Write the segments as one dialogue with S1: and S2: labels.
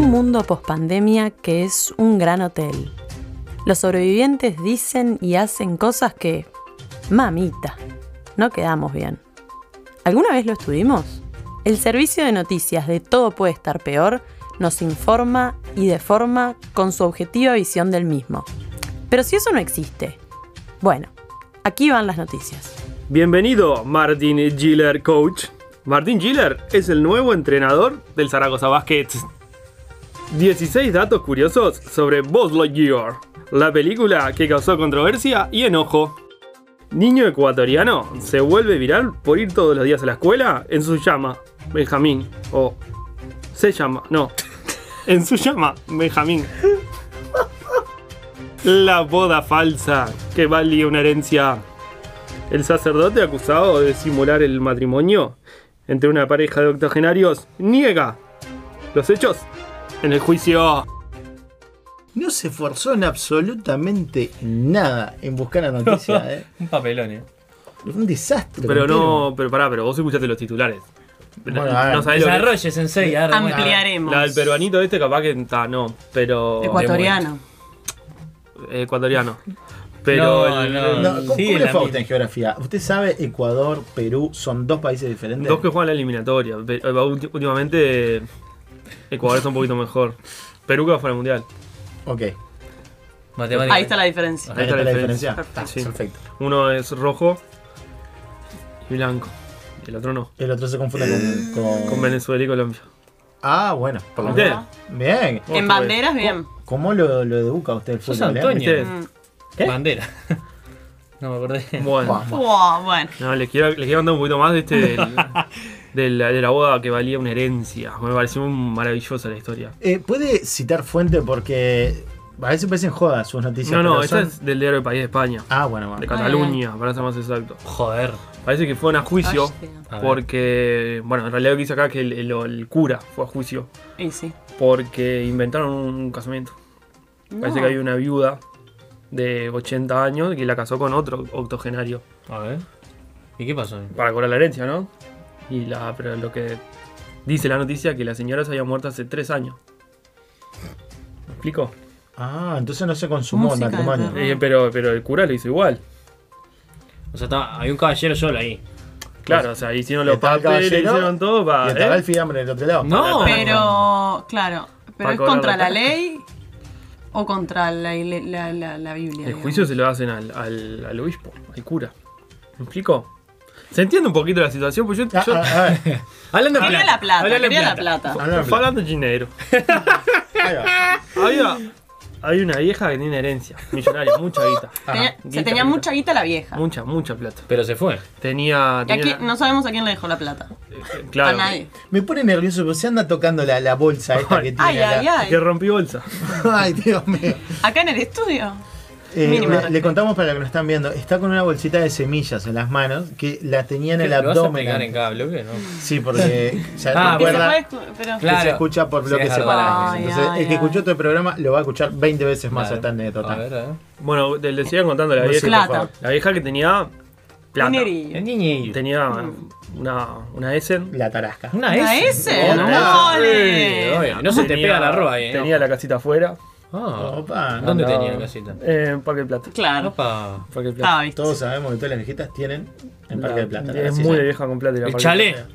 S1: mundo pospandemia que es un gran hotel. Los sobrevivientes dicen y hacen cosas que, mamita, no quedamos bien. ¿Alguna vez lo estuvimos? El servicio de noticias de Todo puede estar peor nos informa y deforma con su objetiva visión del mismo. Pero si eso no existe, bueno, aquí van las noticias.
S2: Bienvenido, Martin Giller Coach. Martin Giller es el nuevo entrenador del Zaragoza Basket. 16 datos curiosos sobre Buzz Lightyear, la película que causó controversia y enojo. Niño ecuatoriano se vuelve viral por ir todos los días a la escuela en su llama, Benjamín, o se llama, no, en su llama, Benjamín. La boda falsa que valía una herencia. El sacerdote acusado de simular el matrimonio entre una pareja de octogenarios niega los hechos en el juicio.
S3: No se esforzó en absolutamente nada en buscar la noticia, ¿eh?
S4: Un papelón, eh.
S3: Un desastre.
S2: Pero
S3: entero.
S2: no, pero pará, pero vos escuchaste los titulares.
S3: Bueno,
S2: No-
S3: a ver,
S2: no sabés lo que-
S4: Desarrolles en serio. a ver, demuestra.
S5: Ampliaremos.
S2: La del peruanito este capaz que está, no, pero... eh,
S5: Ecuatoriano.
S2: ecuatoriano. Pero
S4: No,
S2: el-
S4: no.
S3: No, ¿Cómo,
S4: Sí,
S3: cómo le
S4: la
S3: fue a
S4: mi-
S3: usted en geografía? Usted sabe, Ecuador, Perú son dos países diferentes.
S2: Dos que juegan la eliminatoria. Pe- eh, ulti- Últimamente eh, Ecuador está un poquito mejor. Perú que va fuera del mundial.
S3: Ok, ahí
S4: Matemáticas.
S5: Ahí está la diferencia.
S3: está la diferencia.
S5: Perfecto.
S2: Sí.
S3: Perfecto.
S2: Uno es rojo y blanco. Y el otro no.
S3: El otro se confunde con. con-
S2: Con Venezuela y Colombia.
S3: Ah, bueno, por lo
S2: ¿Viste?
S3: menos. Bien.
S5: En banderas, bien.
S3: ¿Cómo lo, lo educa usted el
S4: Sos
S3: fútbol? eh?
S4: Antonio.
S2: ¿Viste?
S5: Mm.
S3: ¿Qué?
S4: Bandera. no me acordé.
S2: Mm. Bueno.
S3: Vamos.
S5: Wow, bueno.
S2: No, les quiero, les quiero contar un poquito más de este del- de, la, de la boda que valía una herencia. Me pareció maravillosa la historia.
S3: Eh, ¿Puede citar fuente? Porque a veces parecen jodas sus noticias.
S2: No, no,
S3: pero
S2: esa
S3: son-
S2: es del diario El País de España.
S3: Ah, bueno,
S2: De
S3: bueno.
S2: Cataluña, para ser más exacto.
S4: Joder.
S2: Parece que fueron a juicio
S5: Hostia.
S4: A ver.
S2: porque, bueno, en realidad lo que dice acá es que el, el- el cura fue a juicio
S5: Y sí.
S2: porque inventaron un casamiento. Parece
S5: No.
S2: que hay una viuda de 80 años que la casó con otro octogenario
S4: A ver. ¿Y qué pasó?
S2: para cobrar la herencia, ¿no? Y la, pero lo que dice la noticia es que la señora se había muerto hace 3 años. ¿Me explico?
S3: Ah, entonces no se consumó el
S5: Música de
S3: matrimonio.
S5: terror.
S2: Eh, pero, pero el cura lo hizo igual.
S4: O sea, estaba, hay un caballero solo ahí.
S2: Claro, o sea, hicieron los
S3: Pues, Estaba el
S2: papeles,
S3: caballero
S2: hicieron todo
S3: Y
S2: para...
S3: estaba
S2: ¿eh?
S3: el fiambre del otro lado.
S4: No.
S5: Pero, claro, pero
S2: Para cobrar
S5: es contra
S2: la
S5: la
S2: taja.
S5: ley o contra la, ile- la, la, la Biblia.
S2: El
S5: digamos.
S2: juicio se lo hacen al, al, al obispo, al cura. ¿Me explico? Se entiende un poquito la situación, pues yo,
S3: Ah,
S2: yo
S3: ah, a ver,
S4: Hablando de
S5: Quería la plata,
S4: hablando de
S5: quería la plata.
S3: hablando de
S2: fue
S3: plata.
S2: hablando de dinero.
S3: Ahí va.
S2: Había, había una vieja que tiene herencia, millonaria, mucha guita.
S3: Ah.
S5: Tenía-
S2: guita,
S5: se tenía
S2: guita.
S5: mucha guita la vieja.
S2: Mucha, mucha plata.
S4: Pero se fue.
S2: Tenía.
S5: Y a
S2: tenía
S5: quién- no sabemos a quién le dejó la plata.
S2: eh, claro.
S5: A nadie.
S3: Me pone nervioso porque se anda tocando la, la bolsa esta que tiene.
S5: Ay, ay,
S3: la-
S2: Que
S5: ay.
S2: rompí bolsa.
S3: Ay, Dios mío.
S5: Acá en el estudio.
S3: Eh,
S5: Mínimo
S3: le,
S5: respeto.
S3: le contamos para los que nos están viendo. Está con una bolsita de semillas en las manos que la tenía en el
S4: ¿Lo vas a
S3: abdomen.
S4: explicar en cada bloque? No.
S3: Sí, porque ya
S4: Ah,
S5: Que se
S4: ¿verdad?
S5: puede escu- pero-
S3: que
S4: Claro.
S3: se escucha por
S4: Sí,
S3: bloques
S4: es verdad.
S3: separados.
S5: Ay,
S3: Entonces,
S5: ay,
S3: el que
S5: ay.
S3: escuchó este programa lo va a escuchar 20 veces más
S4: Claro.
S3: hasta en
S4: A
S3: total.
S4: ver, a ver.
S2: Bueno, te- le sigan contando la vieja.
S5: Plata.
S2: La vieja que tenía. Plata.
S4: ¿Eh?
S5: Dinerillo.
S2: Tenía
S5: Mm.
S2: una, una Essen.
S3: La tarasca.
S4: Una
S5: ¿Una
S4: S.
S5: S?
S3: Una
S5: ¡No,
S4: Sí,
S5: ole!
S4: obvio. No se te
S2: Tenía-
S4: pega la roba ahí. ¿eh?
S2: Tenía la casita afuera.
S4: Ah.
S3: Opa.
S4: ¿Dónde
S2: Andaba-
S4: tenía la casita?
S2: Eh, en Parque del Plata.
S5: Claro.
S4: Opa.
S2: Parque del Plata.
S5: Estaba, ¿viste?
S3: Todos sabemos que todas las viejitas tienen el Parque de Plata.
S2: Es
S3: Así
S2: muy
S3: es.
S2: vieja con plata. y la
S4: El
S2: Parque
S4: chalé.
S2: del Plata.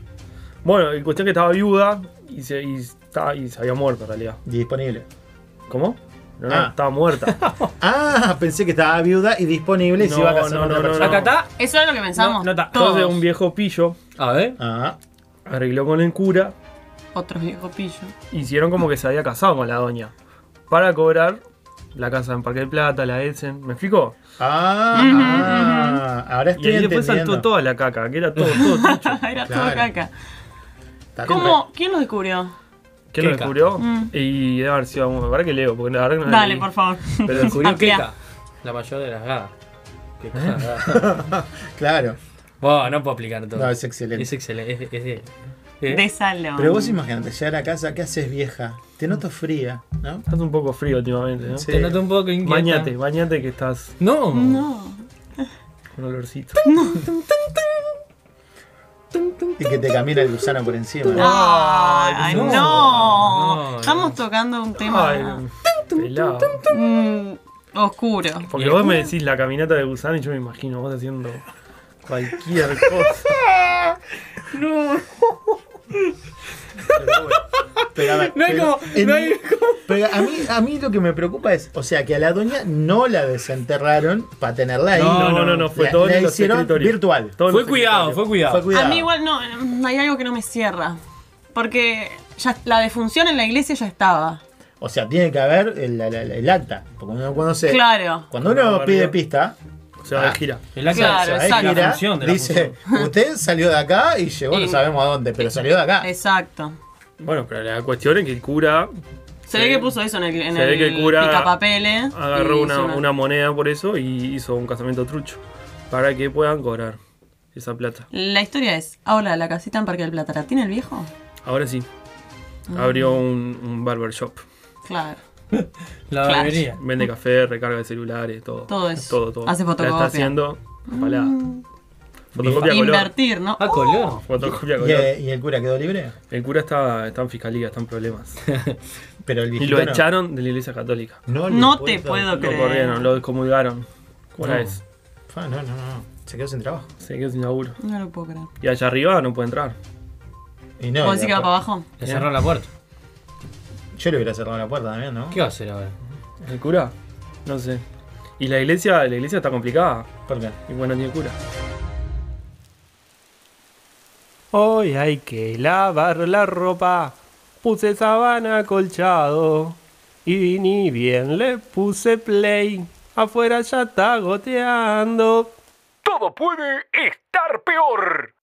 S2: Bueno, el cuestión que estaba viuda y se, y, estaba- y se había muerto en realidad.
S3: Disponible.
S2: ¿Cómo? No, no,
S3: Ah.
S2: estaba muerta.
S3: Ah, pensé que estaba viuda y disponible y se
S2: No,
S3: iba a casar
S2: no,
S3: con otra
S2: no, no,
S3: persona.
S4: Acá está.
S5: Eso es lo que pensamos.
S4: No, no está.
S5: todos.
S2: Entonces un viejo pillo
S4: A ver.
S3: Ah,
S2: arregló con el cura,
S5: Otros viejos pillos.
S2: hicieron como que se había casado con la doña. Para cobrar la casa en Parque del Plata, la Edsen. ¿Me explicó?
S3: ah, ah. Ahora
S2: Y
S3: estoy
S2: ahí después
S3: entendiendo.
S2: saltó toda la caca, que era todo, todo trucho.
S5: Era todo
S3: Claro.
S5: caca.
S3: Está bien,
S5: ¿Cómo? ¿Quién lo descubrió?
S2: ¿Qué lo
S4: Queca.
S2: descubrió?
S3: Mm.
S2: Y debe haber sido. Bueno, que leo, porque la verdad que no la
S5: Dale,
S2: leí.
S5: por favor.
S2: Pero
S4: Descubrió
S5: Ampliá.
S4: Keka. La mayor de las gadas. Keka.
S3: Claro.
S4: Buah, no puedo explicar todo.
S3: No, es excelente.
S4: Es excelente. Es, es de- ¿Eh?
S5: De salón.
S3: Pero vos imagínate, llegar a casa, ¿qué haces vieja? Te noto fría, ¿no?
S2: Estás un poco frío últimamente, ¿no?
S3: Sí.
S4: Te noto un poco inquieta.
S2: Bañate, bañate que estás
S4: No.
S5: No.
S2: con olorcito. tum, tum,
S3: Y que te camina el gusano por encima. ¿no?
S5: Ay, no.
S4: no. No,
S5: Estamos
S4: no.
S5: tocando un tema
S2: Ay, pelado.
S5: mm, oscuro.
S2: Porque vos me decís la caminata de gusano y yo me imagino vos haciendo cualquier cosa.
S3: Pero, a ver,
S4: No hay
S3: pero
S4: como-
S3: en-
S4: no hay
S3: pero a mí, a mí lo que me preocupa es, o sea, que a la doña no la desenterraron para tenerla ahí.
S2: No, no, no, no, fue
S3: La-
S2: todo
S3: la
S2: en los
S3: hicieron
S2: escritorios.
S3: virtual.
S2: Todo en
S4: Fue
S2: los
S4: cuidado, fue
S2: escritorios.
S3: Fue cuidado.
S4: cuidado.
S5: A mí igual no, mm, hay algo que no me cierra. Porque ya, la defunción en la iglesia ya estaba.
S3: O sea, tiene que haber el, la- la- el acta. Porque uno cuando se.
S5: Claro.
S3: Cuando uno
S2: Barrio.
S3: pide pista,
S2: O sea, de gira.
S4: El acta
S5: Claro,
S4: de-
S3: se va
S5: exacto.
S3: de
S4: la
S3: gira,
S4: función de la
S3: dice,
S4: función.
S3: usted salió de acá y llegó, no
S5: Y-
S3: sabemos a dónde, pero salió de acá.
S5: Exacto.
S2: Bueno, pero la cuestión es que el cura Sí.
S5: Se ve que puso eso en el, en
S2: Se ve
S5: el
S2: que el cura
S5: picapapeles.
S2: agarró
S5: y
S2: una,
S5: hizo
S2: una moneda por eso y hizo un casamiento trucho. Para que puedan cobrar esa plata.
S5: La historia es, ahora la casita en Parque del Plata, ¿la tiene el viejo?
S2: Ahora sí.
S5: Ah.
S2: Abrió un, un barbershop.
S5: Claro.
S4: La
S5: Claro.
S4: barbería.
S2: Vende café, recarga de celulares, todo.
S5: Ah. Todo eso.
S2: Todo, todo.
S5: Hace
S2: La
S5: fotocopia. Ah.
S2: está haciendo. Ojalá. Fotocopia a color.
S5: Invertir, ¿no?
S4: Ah, color.
S2: Fotocopia a
S3: Y,
S2: color.
S3: eh, y el cura quedó libre,
S2: El cura está, está en fiscalía, está en problemas.
S3: pero el
S2: Y lo
S3: viejito no.
S2: echaron de la iglesia católica.
S3: No, le
S5: No te puedo
S2: Lo
S5: creer.
S2: corrieron, lo descomulgaron. Cura
S4: No.
S2: es.
S3: Ah, no, no, no. Se quedó sin trabajo.
S2: Se quedó sin laburo.
S5: No lo puedo creer.
S2: Y allá arriba no puede entrar.
S3: Y no,
S5: ¿Vos
S3: y
S5: decís que va
S3: la-
S5: para abajo?
S4: Le cerró la puerta.
S3: Yo le hubiera cerrado la puerta también, ¿no?
S4: ¿Qué va a hacer ahora?
S2: ¿El cura? No sé. Y la iglesia, la iglesia está complicada.
S3: ¿Por qué?
S2: Y bueno, tiene cura. Hoy hay que lavar la ropa. Puse sabana colchado. Y ni bien le puse play. Afuera ya está goteando.
S6: Todo puede estar peor.